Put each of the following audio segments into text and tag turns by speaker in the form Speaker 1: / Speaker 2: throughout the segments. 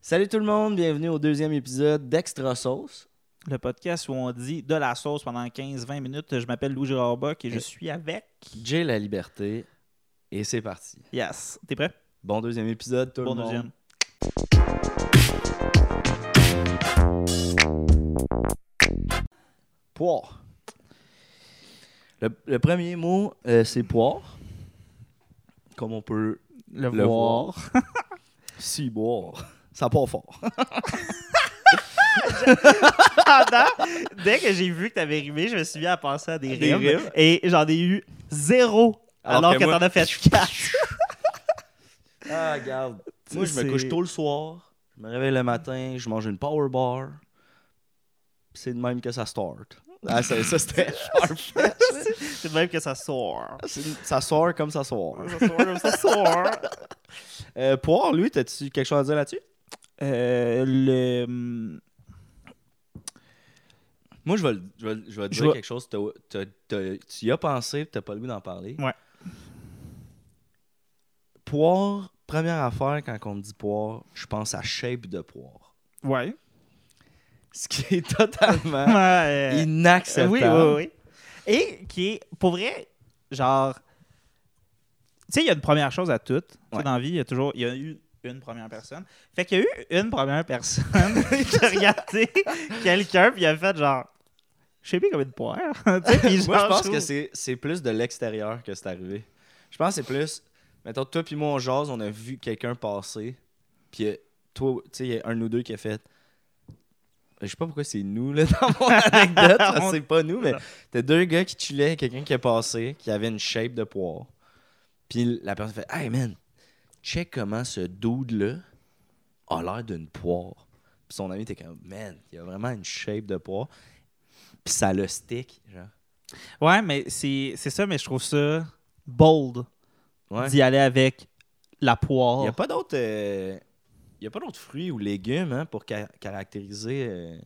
Speaker 1: Salut tout le monde, bienvenue au deuxième épisode d'Extra Sauce.
Speaker 2: Le podcast où on dit de la sauce pendant 15-20 minutes. Je m'appelle Louis Gérard Bock et je
Speaker 1: Et-
Speaker 2: suis avec.
Speaker 1: J'ai la liberté et c'est parti.
Speaker 2: Yes. T'es prêt?
Speaker 1: Bon deuxième épisode tout
Speaker 2: Bon
Speaker 1: le monde.
Speaker 2: deuxième.
Speaker 1: Poire. Le, le premier mot, euh, c'est poire. Comme on peut
Speaker 2: Le,
Speaker 1: le
Speaker 2: voir.
Speaker 1: voir. si boire. Ça part fort.
Speaker 2: Pendant- dès que j'ai vu que t'avais rimé, je me suis mis à penser à des,
Speaker 1: Des
Speaker 2: rimes,
Speaker 1: rimes.
Speaker 2: Et j'en ai eu zéro. Alors,
Speaker 1: Alors que
Speaker 2: que,
Speaker 1: moi-
Speaker 2: t'en as fait quatre.
Speaker 1: Ah, regarde. Moi, je
Speaker 2: C'est-
Speaker 1: me couche tôt le soir. Je me réveille le matin. Je mange une power bar. Puis C'est de même que ça start. Ah, ça, ça, c'était sharp.
Speaker 2: C'est de même que ça sort.
Speaker 1: C'est- Ça sort comme ça sort.
Speaker 2: Ça sort comme ça sort.
Speaker 1: Euh, Poire, lui, t'as-tu quelque chose à dire là-dessus?
Speaker 2: Euh, le. hum,
Speaker 1: Moi, je vais, le- je vais le- je vais te
Speaker 2: Je
Speaker 1: dire
Speaker 2: vais-
Speaker 1: quelque chose. t'as- t'as- t'as- tu y as pensé, tu n'as pas le goût d'en parler.
Speaker 2: Ouais.
Speaker 1: Poire, première affaire, quand on me dit poire, je pense à shape de poire.
Speaker 2: Ouais.
Speaker 1: Ce qui est totalement
Speaker 2: Ouais, euh,
Speaker 1: inacceptable.
Speaker 2: Oui, oui, oui. Et qui est, pour vrai, genre. Tu sais, il y a une première chose à toutes. Tu sais,
Speaker 1: Ouais.
Speaker 2: Dans la vie, il y a toujours. Il y a eu une première personne. Fait qu'il y a eu une première personne qui a regardé quelqu'un puis il a fait genre. Je sais plus combien de poire. Tu sais, puis
Speaker 1: Moi, je
Speaker 2: genre,
Speaker 1: pense
Speaker 2: trouve-
Speaker 1: que c'est c'est plus de l'extérieur que c'est arrivé. Je pense que c'est plus. Mettons, toi puis moi, on jase, on a vu quelqu'un passer. Puis euh, toi, tu sais, il y a un ou deux qui a fait. Je sais pas pourquoi c'est nous, là, dans mon anecdote. parce que c'est pas nous, mais t'as deux gars qui chillaient, quelqu'un qui est passé, qui avait une shape de poire. Puis la personne fait Hey man, check comment ce dude-là a l'air d'une poire. Puis son ami était comme Man, il a vraiment une shape de poire. Puis ça le stick, genre.
Speaker 2: Ouais, mais c'est c'est ça, mais je trouve ça bold
Speaker 1: Ouais.
Speaker 2: d'y aller avec la
Speaker 1: Il
Speaker 2: poire.
Speaker 1: n'y a pas d'autres euh, y a pas d'autres fruits ou légumes hein, pour ca- caractériser euh,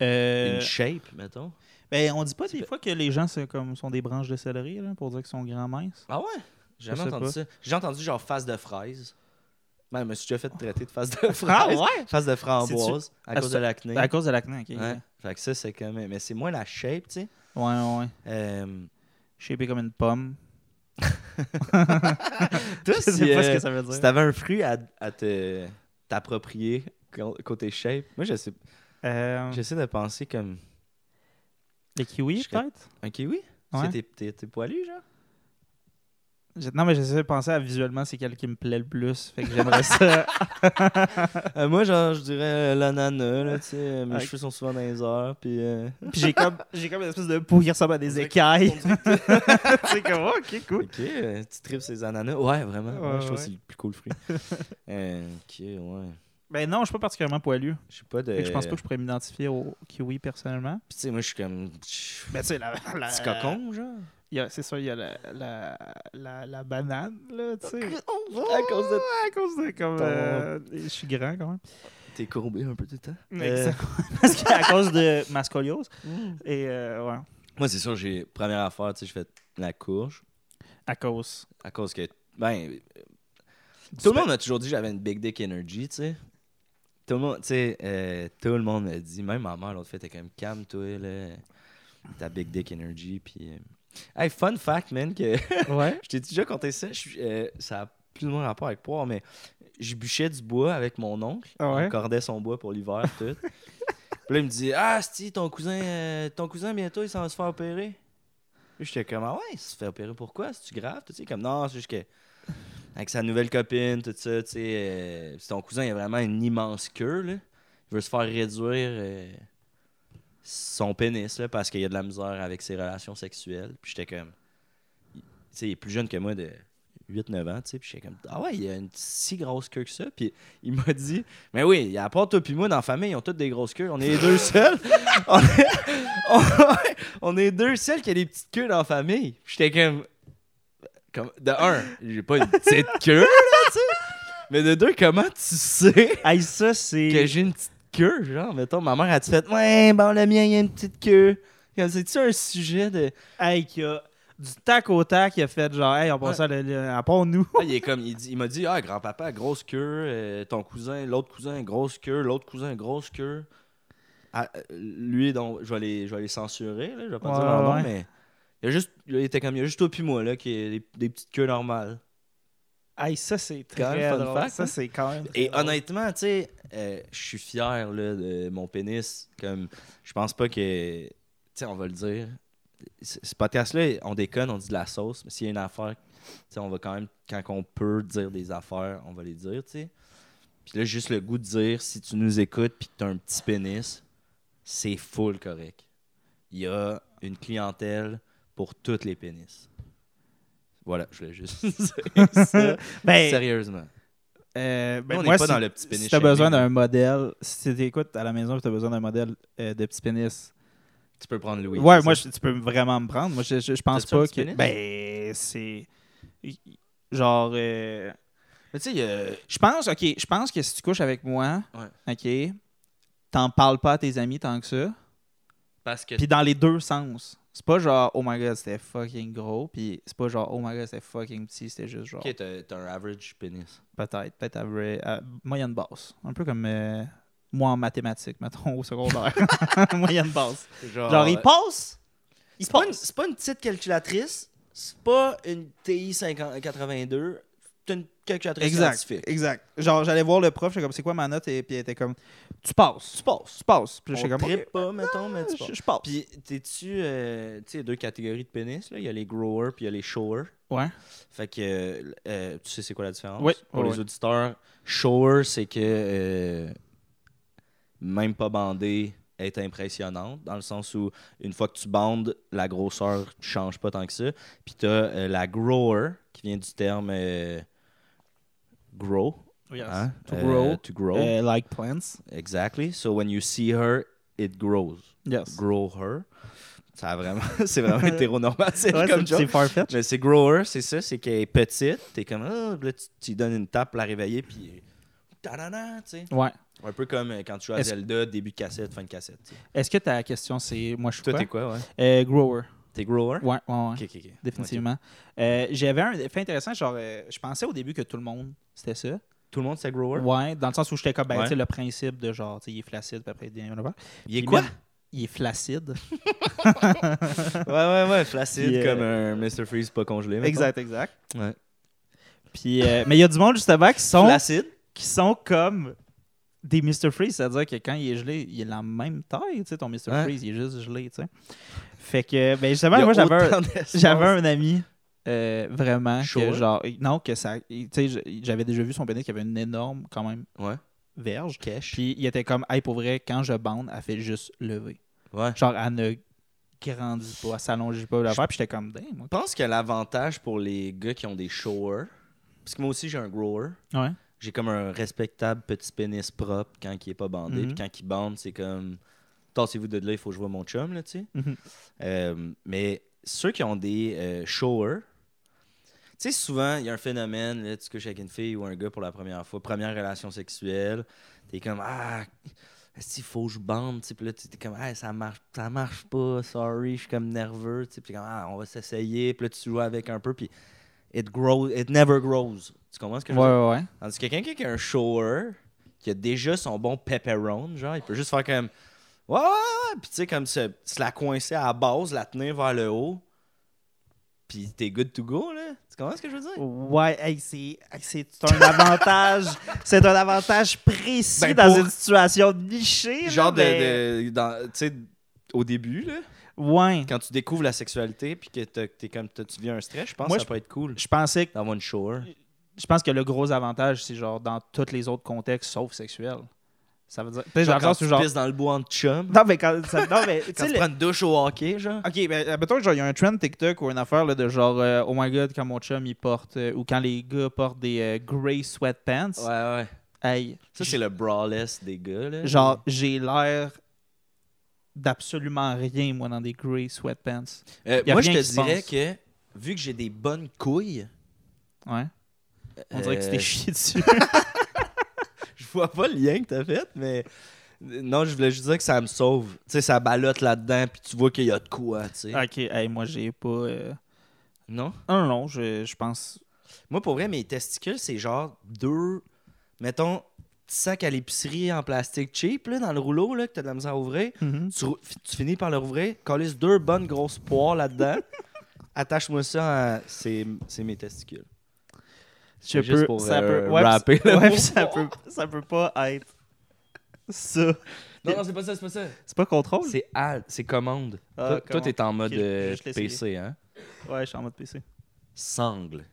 Speaker 2: Euh,
Speaker 1: une shape, mettons.
Speaker 2: ben, on dit pas des fois que les gens c'est comme, sont des branches de céleri là, pour dire qu'ils sont grands minces.
Speaker 1: Ah ouais? J'ai
Speaker 2: Je
Speaker 1: jamais
Speaker 2: sais
Speaker 1: entendu
Speaker 2: pas.
Speaker 1: ça. J'ai entendu genre face de fraise. Ben, je me suis déjà fait traiter de face de fraise.
Speaker 2: Ah, ouais?
Speaker 1: Face de framboise Ah, à
Speaker 2: Ah,
Speaker 1: cause
Speaker 2: c'est-
Speaker 1: de l'acné.
Speaker 2: À cause de l'acné, ok.
Speaker 1: Ouais. Fait que ça, c'est quand même. Mais c'est moins la shape, tu sais.
Speaker 2: Ouais, ouais, ouais.
Speaker 1: Euh,
Speaker 2: Shapé comme une pomme.
Speaker 1: toi,
Speaker 2: Je
Speaker 1: si,
Speaker 2: sais pas ce
Speaker 1: euh,
Speaker 2: que ça veut dire.
Speaker 1: si t'avais un fruit à, à te t'approprier co- côté shape, moi, je sais-
Speaker 2: Euh,
Speaker 1: j'essaie de penser comme
Speaker 2: les kiwis,
Speaker 1: je serais-
Speaker 2: peut-être?
Speaker 1: un kiwi.
Speaker 2: Ouais.
Speaker 1: C'est T'es t'es- t'es poilu, genre?
Speaker 2: Je- Non, mais j'essaie de penser à visuellement, c'est quel qui me plaît le plus. Fait que j'aimerais ça.
Speaker 1: Euh, moi, genre, je dirais euh, l'ananas, là, tu sais. euh, Mes
Speaker 2: Ah,
Speaker 1: cheveux sont souvent dans les airs, puis... euh,
Speaker 2: Puis j'ai comme, j'ai comme une espèce de peau qui ressemble à des écailles. c'est comme, ok, cool.
Speaker 1: OK, euh, tu tripes ces ananas. Ouais, vraiment.
Speaker 2: Ouais,
Speaker 1: Ouais, je trouve
Speaker 2: ouais.
Speaker 1: que c'est le plus cool fruit. Euh, OK, ouais.
Speaker 2: Ben non, je suis pas particulièrement poilu.
Speaker 1: Je suis pas de...
Speaker 2: Fait que je pense pas que je pourrais m'identifier au kiwi personnellement.
Speaker 1: Puis, tu sais, moi, je suis comme... Petit
Speaker 2: Ben tu sais, la. la-
Speaker 1: cocon, genre.
Speaker 2: il y a- C'est ça, il y a la, la, la, la banane, là, tu sais.
Speaker 1: Oh, À cause de...
Speaker 2: Ah, À cause de. Comme,
Speaker 1: Ton-
Speaker 2: euh, je suis grand quand même.
Speaker 1: T'es courbé un peu tout le temps. Euh,
Speaker 2: Exactement. Parce qu'à cause de ma scoliose.
Speaker 1: Mm.
Speaker 2: Et euh, ouais.
Speaker 1: Moi, c'est sûr, j'ai... Première affaire, tu sais, je fais la courge.
Speaker 2: À cause.
Speaker 1: À cause que... Ben, Tout le monde m'a toujours dit que j'avais une big dick energy, tu sais. Tout le monde, tu sais, euh, tout le monde m'a dit, même ma mère l'autre fois, t'es comme calme, toi, là, ta big dick energy, puis... euh. Hey, fun fact, man, que
Speaker 2: Ouais.
Speaker 1: je t'ai déjà conté ça, je suis- euh, ça a plus ou moins rapport avec poire, mais je bûchais du bois avec mon oncle,
Speaker 2: Ah
Speaker 1: on
Speaker 2: ouais.
Speaker 1: cordait son bois pour l'hiver, tout. puis là, il me dit, ah, si ton cousin, euh, ton cousin, bientôt, il s'en va se faire opérer. Puis j'étais comme, ah ouais, il se fait opérer pourquoi? C'est-tu grave? Tu sais, comme, non, c'est juste que... Avec sa nouvelle copine, tout ça, tu sais. euh, puis ton cousin, il a vraiment une immense queue, là. Il veut se faire réduire euh, son pénis, là, parce qu'il y a de la misère avec ses relations sexuelles. Puis j'étais comme... il- Tu sais, il est plus jeune que moi de 8-9 ans, tu sais. Puis j'étais comme, ah ouais, il a une si grosse queue que ça. Puis il m'a dit, mais oui, à part toi puis moi, dans la famille, ils ont toutes des grosses queues. On est les deux seuls. on, est, on- on est deux seuls qui a des petites queues dans la famille. Puis J'étais comme... Comme, de un, j'ai pas une petite queue, là, tu sais. Mais de deux, comment tu sais
Speaker 2: Hey, ça,
Speaker 1: que
Speaker 2: c'est.
Speaker 1: j'ai une petite queue? Genre, mettons, ma mère, elle te fait Ouais, bon, le mien, il a une petite queue. Comme, C'est-tu un sujet de.
Speaker 2: Hey, qu'il y a du tac au tac, il a fait genre, hey, on passe à, le- à pont-nous.
Speaker 1: Ah, il est comme, il, dit- il m'a dit, ah, grand-papa, grosse queue, euh, ton cousin, l'autre cousin, grosse queue, l'autre cousin, grosse queue. Ah, euh, lui, donc, je vais les, je vais les censurer, là, je vais pas
Speaker 2: Ouais,
Speaker 1: dire leur nom,
Speaker 2: ouais.
Speaker 1: mais il, y a juste, il était comme, il y a juste toi puis moi, là, qui est des, des petites queues normales.
Speaker 2: Hey, ça, c'est
Speaker 1: Quand
Speaker 2: très
Speaker 1: même fun
Speaker 2: drôle.
Speaker 1: fact,
Speaker 2: Ça,
Speaker 1: hein.
Speaker 2: c'est quand même.
Speaker 1: Et
Speaker 2: très drôle.
Speaker 1: honnêtement, tu sais, euh, je suis fier, là, de mon pénis. Comme, je pense pas que, tu sais, on va le dire. C- Ce podcast-là, on déconne, on dit de la sauce, mais s'il y a une affaire, tu sais, on va quand même, quand on peut dire des affaires, on va les dire, tu sais. Puis là, juste le goût de dire, si tu nous écoutes puis que t'as un petit pénis, c'est full correct. Il y a une clientèle pour tous les pénis. Voilà, je voulais juste dire ça.
Speaker 2: Ben,
Speaker 1: Sérieusement.
Speaker 2: euh, ben,
Speaker 1: Nous, on n'est
Speaker 2: moi,
Speaker 1: pas
Speaker 2: si-
Speaker 1: dans le petit pénis.
Speaker 2: Si t'as
Speaker 1: shaming,
Speaker 2: besoin
Speaker 1: là.
Speaker 2: d'un modèle, si t'écoutes à la maison et t'as besoin d'un modèle euh, de petit pénis,
Speaker 1: Tu peux prendre Louis.
Speaker 2: ouais,
Speaker 1: c'est
Speaker 2: moi,
Speaker 1: ça.
Speaker 2: je- tu peux vraiment me prendre. Moi, je, je, je pense
Speaker 1: T'as-tu un
Speaker 2: pas
Speaker 1: petit
Speaker 2: que.
Speaker 1: pénis?
Speaker 2: Ben, c'est. Genre. euh,
Speaker 1: Mais tu sais, il y a-
Speaker 2: Je pense, OK, je pense que si tu couches avec moi,
Speaker 1: Ouais.
Speaker 2: OK, t'en parles pas à tes amis tant que ça.
Speaker 1: Parce que.
Speaker 2: Puis dans les deux sens. C'est pas genre, oh my god, c'était fucking gros. Puis c'est pas genre, oh my god, c'était fucking petit. C'était juste genre,
Speaker 1: Ok, t'as t'as un average pénis.
Speaker 2: peut-être, peut-être à vrai- à moyenne basse. Un peu comme euh, moi en mathématiques, mettons, au secondaire. moyenne basse.
Speaker 1: Genre, euh,
Speaker 2: Genre, euh, il passe. Il
Speaker 1: C'est pas, une-
Speaker 2: passe.
Speaker 1: c'est pas une petite calculatrice. C'est pas une TI 50 82. C'est une calculatrice
Speaker 2: Exact.
Speaker 1: scientifique.
Speaker 2: Exact. Genre, j'allais voir le prof, j'étais comme, c'est quoi ma note? Et puis elle était comme, tu passes. Tu passes. Tu passes. Puis
Speaker 1: On
Speaker 2: j'étais comme,
Speaker 1: trippe
Speaker 2: OK,
Speaker 1: pas, mettons, mais tu
Speaker 2: je,
Speaker 1: passes.
Speaker 2: je passe.
Speaker 1: Puis, t'es-tu. euh, tu sais, il y a deux catégories de pénis. là. Il y a les growers puis il y a les showers.
Speaker 2: Ouais.
Speaker 1: Fait que. euh, euh, tu sais, c'est quoi la différence?
Speaker 2: Oui,
Speaker 1: Pour
Speaker 2: oui,
Speaker 1: les
Speaker 2: oui.
Speaker 1: auditeurs, shower, c'est que. euh, même pas bandé est impressionnante, dans le sens où une fois que tu bandes, la grosseur change pas tant que ça. Puis t'as euh, la grower, qui vient du terme euh, grow. hein?
Speaker 2: To
Speaker 1: Euh,
Speaker 2: grow.
Speaker 1: to grow.
Speaker 2: Euh, like plants.
Speaker 1: Exactly. So when you see her, it grows.
Speaker 2: Yes.
Speaker 1: Grow her. Ça a vraiment, c'est vraiment hétéronormatif
Speaker 2: Ouais,
Speaker 1: comme
Speaker 2: c'est
Speaker 1: joke.
Speaker 2: c'est farfetch.
Speaker 1: Mais c'est grower, c'est ça, c'est qu'elle est petite. T'es comme, ah, là, tu, tu lui donnes une tape pour la réveiller, puis. Ta-da-da, tu sais.
Speaker 2: Ouais.
Speaker 1: Un peu comme euh, quand tu joues à
Speaker 2: Est-ce-
Speaker 1: Zelda, début de cassette, fin de cassette. tu sais.
Speaker 2: Est-ce que ta question, c'est moi, je suis
Speaker 1: Toi,
Speaker 2: quoi?
Speaker 1: t'es quoi, ouais
Speaker 2: Euh, grower.
Speaker 1: T'es grower
Speaker 2: Ouais, ouais, ouais.
Speaker 1: Ok, ok, ok.
Speaker 2: Définitivement. Euh, J'avais un fait intéressant, genre, euh, je pensais au début que tout le monde, c'était ça.
Speaker 1: Ok. Tout le monde, c'est grower
Speaker 2: Ouais, dans le sens où j'étais comme, ben,
Speaker 1: Ouais.
Speaker 2: tu sais, le principe de genre, tu sais, il est flaccide, puis après, il devient blablabla.
Speaker 1: Il est
Speaker 2: Puis
Speaker 1: quoi
Speaker 2: même, Il est flaccide.
Speaker 1: Ouais, ouais, ouais, flacide
Speaker 2: Il est- euh,
Speaker 1: comme un Mr. Freeze pas congelé. mettons.
Speaker 2: exact.
Speaker 1: Ouais.
Speaker 2: Puis, euh, mais il y a du monde, justement, qui sont,
Speaker 1: Flacide
Speaker 2: qui sont comme des Mr. Freeze, c'est-à-dire que quand il est gelé, il est la même taille, tu sais, ton Mr.
Speaker 1: Ouais.
Speaker 2: Freeze, il est juste gelé, tu sais. Fait que, ben, justement,
Speaker 1: Il y a
Speaker 2: moi, j'avais un-
Speaker 1: autant d'espace.
Speaker 2: J'avais un ami euh, vraiment que
Speaker 1: Sure.
Speaker 2: genre non que ça tu sais j- j'avais déjà vu son pénis qui avait une énorme quand même
Speaker 1: Ouais.
Speaker 2: verge
Speaker 1: Cash.
Speaker 2: puis il était comme hey pour vrai quand je bande elle fait juste lever
Speaker 1: Ouais.
Speaker 2: genre elle ne grandit pas elle s'allonge pas l'affaire puis j'étais comme damn moi.
Speaker 1: Je pense que l'avantage pour les gars qui ont des showers, parce que moi aussi j'ai un grower,
Speaker 2: ouais
Speaker 1: j'ai comme un respectable petit pénis propre quand il est pas bandé,
Speaker 2: Mhm.
Speaker 1: puis quand il bande, c'est comme tassez-vous de là, il faut jouer mon chum là, tu sais.
Speaker 2: Mhm.
Speaker 1: Euh, mais ceux qui ont des euh, showers, tu sais, souvent, il y a un phénomène, là, tu couches avec une fille ou un gars pour la première fois, première relation sexuelle, t'es comme, ah, est-ce qu'il faut que je bande, tu sais, puis là, t'es comme, ah, ça marche, ça marche pas, sorry, je suis comme nerveux, tu sais, puis t'es comme, ah, on va s'essayer, puis là, tu joues avec un peu, puis it grows, it never grows. Tu comprends ce que
Speaker 2: ouais
Speaker 1: je veux dire?
Speaker 2: ouais, ouais.
Speaker 1: Tandis que quelqu'un qui a un shower, qui a déjà son bon pepperone, genre, il peut juste faire comme. Ouais, ouais, ouais. Puis tu sais, comme se, se la coincer à la base, la tenir vers le haut. Puis t'es good to go, là. Tu comprends ce que je veux dire?
Speaker 2: Ouais, hey, c'est hey, c'est un avantage, c'est un avantage précis
Speaker 1: Ben,
Speaker 2: dans
Speaker 1: pour-
Speaker 2: une situation nichée. là,
Speaker 1: Genre de.
Speaker 2: mais-
Speaker 1: de- dans- tu sais, au début, là,
Speaker 2: Ouais.
Speaker 1: quand tu découvres la sexualité, puis que t'as- t'es comme, t'as- tu viens un stress, je pense
Speaker 2: Moi,
Speaker 1: que ça
Speaker 2: je-
Speaker 1: peut être cool
Speaker 2: Je pensais que
Speaker 1: d'avoir une shower.
Speaker 2: je pense que le gros avantage, c'est genre dans tous les autres contextes sauf sexuel. Ça veut dire. Peut-être dans
Speaker 1: Genre,
Speaker 2: le
Speaker 1: quand
Speaker 2: sens
Speaker 1: tu
Speaker 2: où genre.
Speaker 1: pisses dans le bois en chum.
Speaker 2: Non, mais quand. ça- non, mais tu
Speaker 1: Quand
Speaker 2: sais,
Speaker 1: tu
Speaker 2: le-
Speaker 1: prends une douche au hockey, genre.
Speaker 2: Ok, ben, admettons que genre, il y a un trend TikTok ou une affaire là, de genre, euh, oh my god, quand mon chum il porte, euh, ou quand les gars portent des euh, grey sweatpants,
Speaker 1: Ouais, ouais.
Speaker 2: hey,
Speaker 1: Ça, c'est le braless des gars, là.
Speaker 2: genre, j'ai l'air d'absolument rien, moi, dans des grey sweatpants.
Speaker 1: Euh,
Speaker 2: Y a
Speaker 1: moi, je
Speaker 2: rien
Speaker 1: te
Speaker 2: qui se
Speaker 1: dirais
Speaker 2: passe.
Speaker 1: que, vu que j'ai des bonnes couilles,
Speaker 2: Ouais. On dirait que tu
Speaker 1: euh,
Speaker 2: t'es chié dessus.
Speaker 1: je vois pas le lien que t'as fait, mais euh, non, je voulais juste dire que ça me sauve. Tu sais, ça ballotte là-dedans, puis tu vois qu'il y a de quoi, tu sais.
Speaker 2: ok, hey, moi, j'ai pas. euh,
Speaker 1: Non?
Speaker 2: Un long, je, je pense.
Speaker 1: Moi, pour vrai, mes testicules, c'est genre deux, mettons, petits sacs à l'épicerie en plastique cheap, là, dans le rouleau, là, que t'as de la misère à ouvrir.
Speaker 2: Mm-hmm.
Speaker 1: Tu, rou- fi- tu finis par le rouvrir, colles deux bonnes grosses poires là-dedans. Attache-moi ça à... C'est c'est mes testicules.
Speaker 2: Je
Speaker 1: C'est juste
Speaker 2: peux-
Speaker 1: pour,
Speaker 2: ça
Speaker 1: euh,
Speaker 2: peut- ouais,
Speaker 1: rapper,
Speaker 2: puis-
Speaker 1: là,
Speaker 2: ouais,
Speaker 1: pour
Speaker 2: puis ça peut, ça peut pas être ça.
Speaker 1: Non, non, c'est pas ça, c'est pas ça.
Speaker 2: C'est pas contrôle?
Speaker 1: C'est alt, c'est commande.
Speaker 2: Ah,
Speaker 1: Toi- toi,
Speaker 2: commande.
Speaker 1: t'es en mode
Speaker 2: Ok, je vais
Speaker 1: euh,
Speaker 2: juste l'essayer.
Speaker 1: PC, hein?
Speaker 2: Ouais, je suis en mode PC.
Speaker 1: Sangle.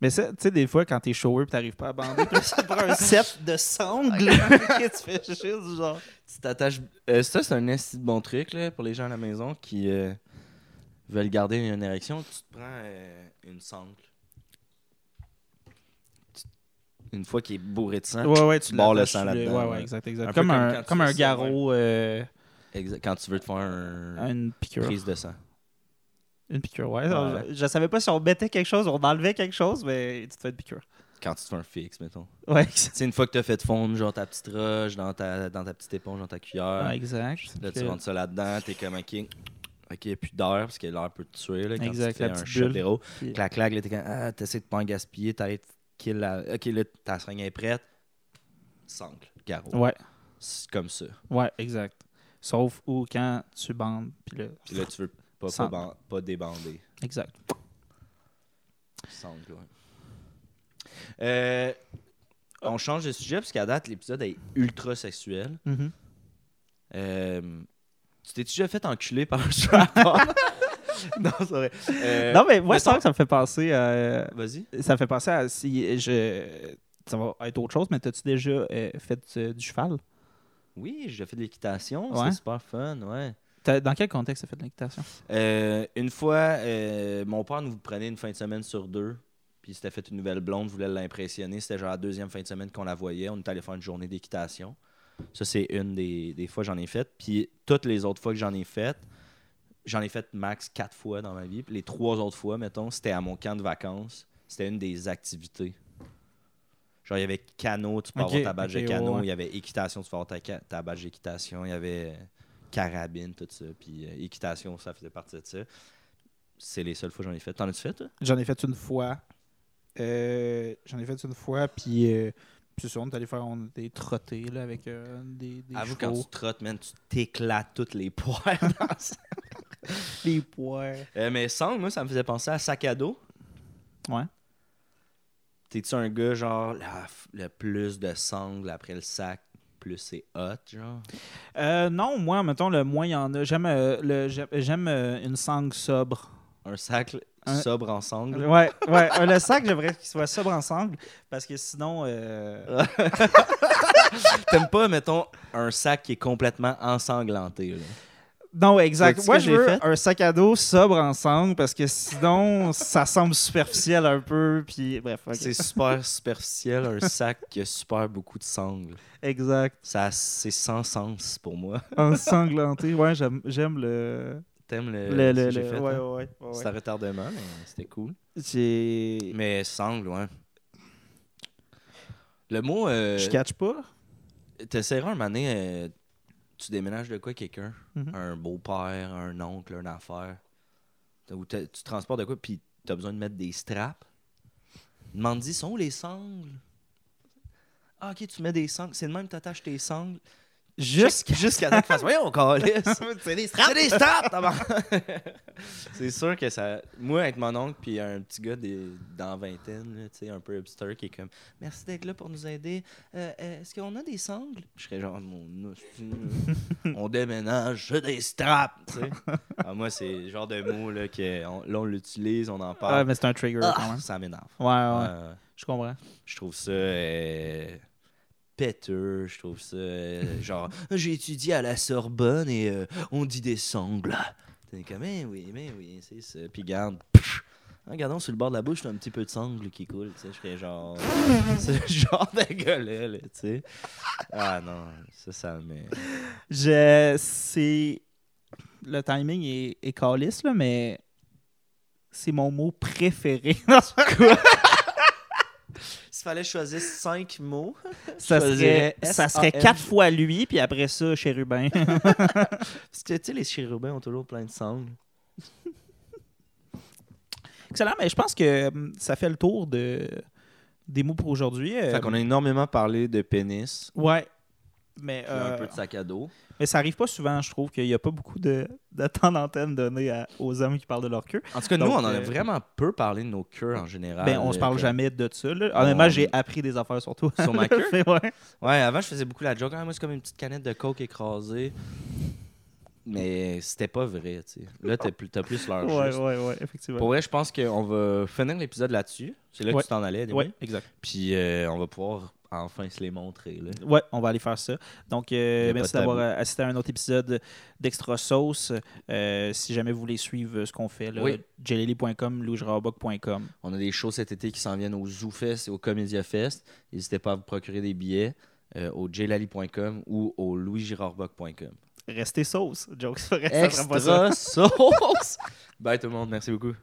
Speaker 2: Mais ça, tu sais, des fois, quand t'es shower pis t'arrives pas à bander, pis là, ça te prend un set de sangles que tu fais juste genre.
Speaker 1: Ah, Tu t'attaches. euh, ça, c'est un esti de bon truc là, pour les gens à la maison qui euh, veulent garder une érection. Tu te prends euh, une sangle. Tu- Une fois qu'il est bourré de sang,
Speaker 2: Ouais, ouais, tu
Speaker 1: Tu barres le
Speaker 2: l'attaches
Speaker 1: sang
Speaker 2: sur
Speaker 1: là-dedans,
Speaker 2: Ouais, ouais,
Speaker 1: ouais.
Speaker 2: exact,
Speaker 1: Un
Speaker 2: exact.
Speaker 1: peu
Speaker 2: Comme,
Speaker 1: comme
Speaker 2: un,
Speaker 1: quand tu
Speaker 2: comme un
Speaker 1: fais ça,
Speaker 2: garrot, euh,
Speaker 1: exa- quand tu veux te faire un-
Speaker 2: une
Speaker 1: une
Speaker 2: piqûre.
Speaker 1: prise de sang.
Speaker 2: Une piqûre, ouais.
Speaker 1: Ouais.
Speaker 2: Alors, Je, je savais pas si on mettait quelque chose, on enlevait quelque chose, mais tu te fais une piqûre.
Speaker 1: Quand tu te fais un fixe, mettons.
Speaker 2: Ouais,
Speaker 1: Tu
Speaker 2: exact.
Speaker 1: sais, une fois que tu as fait fondre genre, ta petite roche dans ta, dans ta petite éponge, dans ta cuillère,
Speaker 2: Ouais, exact.
Speaker 1: là,
Speaker 2: Que-
Speaker 1: tu rentres ça là-dedans, t'es comme ok. Ok, il n'y a plus d'air parce que l'air peut te tuer. Là, quand
Speaker 2: Exact,
Speaker 1: tu te
Speaker 2: la
Speaker 1: fais un
Speaker 2: petite
Speaker 1: shot
Speaker 2: bulle.
Speaker 1: d'héro.
Speaker 2: puis-
Speaker 1: Clac, clac, là, t'es comme, ah, t'essaies de pas en gaspiller, t'arrêtes, kill la... Ok, là, ta seringue est prête. Sangle, garrot.
Speaker 2: Ouais,
Speaker 1: C'est comme ça.
Speaker 2: ouais, exact. Sauf où quand tu bandes, puis là.
Speaker 1: Puis là, tu veux pas, pas,
Speaker 2: Sangle.
Speaker 1: ban- pas débander.
Speaker 2: Exact.
Speaker 1: Sangle, ouais. Euh, on change de sujet, parce qu'à date, l'épisode est ultra sexuel.
Speaker 2: Mhm.
Speaker 1: Euh, tu t'es déjà fait enculer par un strap-on? non, c'est vrai. Euh,
Speaker 2: non, mais moi,
Speaker 1: mettons-
Speaker 2: c'est vrai que ça me fait penser à.
Speaker 1: Vas-y.
Speaker 2: Ça me fait penser à si je. Ça va être autre chose, mais t'as-tu déjà euh, fait euh, du cheval?
Speaker 1: Oui, j'ai fait de l'équitation.
Speaker 2: Ouais.
Speaker 1: C'est super fun, ouais.
Speaker 2: T'as- Dans quel contexte t'as fait de l'équitation?
Speaker 1: Euh, une fois, euh, mon père nous prenait une fin de semaine sur deux. Puis c'était fait une nouvelle blonde, voulait l'impressionner. C'était genre la deuxième fin de semaine qu'on la voyait. On est allé faire une journée d'équitation. Ça, c'est une des, des fois que j'en ai faite. Puis toutes les autres fois que j'en ai faites, j'en ai fait max quatre fois dans ma vie. Puis les trois autres fois, mettons, c'était à mon camp de vacances. C'était une des activités. Genre, il y avait canot, tu peux
Speaker 2: Ok,
Speaker 1: avoir ta badge
Speaker 2: ok,
Speaker 1: de canot.
Speaker 2: ouais, ouais.
Speaker 1: Il y avait équitation, tu peux avoir ta, ca- ta badge d'équitation. Il y avait euh, carabine, tout ça. Puis euh, équitation, ça faisait partie de ça. C'est les seules fois que j'en ai fait. T'en as-tu fait, toi?
Speaker 2: J'en ai fait une fois. Euh, J'en ai fait une fois, puis euh, puis c'est sûr, on est allé faire on a des trottés là, avec euh, des, des
Speaker 1: Avoue, quand
Speaker 2: chevaux.
Speaker 1: tu trottes, man, tu t'éclates toutes les poires. dans ça.
Speaker 2: Les poires.
Speaker 1: Euh, mais sangle, moi, ça me faisait penser à sac à dos.
Speaker 2: Ouais.
Speaker 1: T'es-tu un gars, genre, la f- le plus de sangle après le sac, plus c'est hot, genre?
Speaker 2: Euh, non, moi, mettons, le moins il y en a. J'aime euh, le- j'aime- j'aime, euh, une sangle sobre.
Speaker 1: Un sac l-
Speaker 2: Un-
Speaker 1: sobre en sangle.
Speaker 2: Ouais, ouais. euh, le sac, j'aimerais qu'il soit sobre en sangle, parce que sinon. euh,
Speaker 1: T'aimes pas, mettons, un sac qui est complètement ensanglanté, là.
Speaker 2: Non, exact.
Speaker 1: C'est-tu
Speaker 2: Moi,
Speaker 1: que
Speaker 2: je
Speaker 1: j'ai
Speaker 2: veux
Speaker 1: fait?
Speaker 2: un sac à dos sobre en sangle, parce que sinon, ça semble superficiel un peu, puis bref. ok.
Speaker 1: C'est super superficiel, un sac qui a super beaucoup de sangle.
Speaker 2: Exact.
Speaker 1: Ça, c'est sans sens pour moi.
Speaker 2: Ensanglanté, ouais, j'aime j'aime le.
Speaker 1: T'aimes le, ce
Speaker 2: Le, le,
Speaker 1: que Euh, j'ai
Speaker 2: le-
Speaker 1: fait,
Speaker 2: ouais,
Speaker 1: hein?
Speaker 2: ouais, ouais, ouais.
Speaker 1: C'était un retardement, mais c'était cool.
Speaker 2: J'ai.
Speaker 1: Mais sangle, ouais. Le mot... euh,
Speaker 2: Je catch pas.
Speaker 1: T'essaieras un moment donné, euh, tu déménages de quoi quelqu'un
Speaker 2: Mhm.
Speaker 1: Un beau-père, un oncle, un affaire. T'as- Ou t'as- tu transportes de quoi, puis t'as besoin de mettre des straps. Demande-y, sont où les sangles Ah, ok, tu mets des sangles. C'est de même que t'attaches tes sangles.
Speaker 2: Juste.
Speaker 1: Jusqu'à temps que tu fasses, voyons, câlisse.
Speaker 2: C'est des
Speaker 1: C'est des straps, tabarnak! C'est sûr que ça. Moi, avec mon oncle, puis un petit gars des- dans vingtaine, là, tu sais, un peu hipster, qui est comme Merci d'être là pour nous aider. Euh, euh, Est-ce qu'on a des sangles Je serais genre, mon hostie, là. on déménage, j'ai des straps, tu sais. Ah, moi, c'est le genre de mot là, que on- là, on l'utilise, on en
Speaker 2: Ouais,
Speaker 1: parle.
Speaker 2: Ah, mais c'est un trigger
Speaker 1: Ah.
Speaker 2: quand même. Ah
Speaker 1: ça m'énerve.
Speaker 2: Ouais, ouais,
Speaker 1: Euh,
Speaker 2: je comprends.
Speaker 1: je trouve ça euh, péteux, je trouve ça euh, genre j'ai étudié à la Sorbonne et euh, on dit des sangles. T'es comme mais oui, mais oui, c'est ça. Puis garde. pff, Regardons sur le bord de la bouche, t'as un petit peu de sangle qui coule, tu sais, je serais genre ce genre de gars-là, là, tu sais. Ah non, ça ça me
Speaker 2: Je. C'est. Le timing est, est calice, là, mais. C'est mon mot préféré. Non, c'est pas-
Speaker 1: C'est fallait choisir cinq mots,
Speaker 2: Ça
Speaker 1: Je
Speaker 2: serait,
Speaker 1: choisirais
Speaker 2: ça serait
Speaker 1: S.A.M..
Speaker 2: quatre fois lui, puis après ça, chérubin.
Speaker 1: parce que tu sais, les chérubins ont toujours plein de sangles.
Speaker 2: Excellent, mais je pense que hum, ça fait le tour de, des mots pour aujourd'hui. Euh,
Speaker 3: Fait qu'on a énormément parlé de pénis.
Speaker 2: Ouais. Mais,
Speaker 1: Puis Un
Speaker 2: euh,
Speaker 1: peu de sac à dos.
Speaker 2: mais ça arrive pas souvent, je trouve, qu'il n'y a pas beaucoup de, de temps d'antenne donné à- aux hommes qui parlent de leur queue.
Speaker 1: En tout cas,
Speaker 2: Donc,
Speaker 1: nous, on en a
Speaker 2: euh,
Speaker 1: vraiment peu parlé de nos queues en général.
Speaker 2: ben, on se
Speaker 1: euh,
Speaker 2: parle
Speaker 1: que-
Speaker 2: jamais de ça. là. Honnêtement,
Speaker 1: on-
Speaker 2: j'ai appris des affaires sur toi.
Speaker 1: Sur ma queue?
Speaker 2: Fait, ouais.
Speaker 1: Ouais, avant, je faisais beaucoup la joke. Ah, moi, c'est comme une petite canette de coke écrasée. Mais c'était pas vrai, tu sais. Là, t'as plus, t'as plus l'heure
Speaker 2: Ouais,
Speaker 1: Ah, juste.
Speaker 2: ouais, ouais, effectivement.
Speaker 1: Pour vrai, je pense qu'on va finir l'épisode là-dessus. C'est là
Speaker 2: Ouais.
Speaker 1: que tu t'en allais, Demi.
Speaker 2: Ouais, exact.
Speaker 1: Puis euh, on va pouvoir enfin se les montrer, là.
Speaker 2: Ouais, on va aller faire ça. Donc, euh,
Speaker 1: Y a pas
Speaker 2: merci
Speaker 1: de tabou.
Speaker 2: d'avoir euh, assisté à un autre épisode d'Extra Sauce. Euh, si jamais vous voulez suivre euh, ce qu'on fait, là,
Speaker 1: Oui.
Speaker 2: jellily.com, lougerardbock.com.
Speaker 1: On a des shows cet été qui s'en viennent au Zoo Fest et au Comédia Fest. N'hésitez pas à vous procurer des billets euh, au jlali.com ou au louisgirardbock.com.
Speaker 2: Restez sauce. Jokes, ça sera pas ça.
Speaker 1: Extra sauce! Bye tout le monde, merci beaucoup.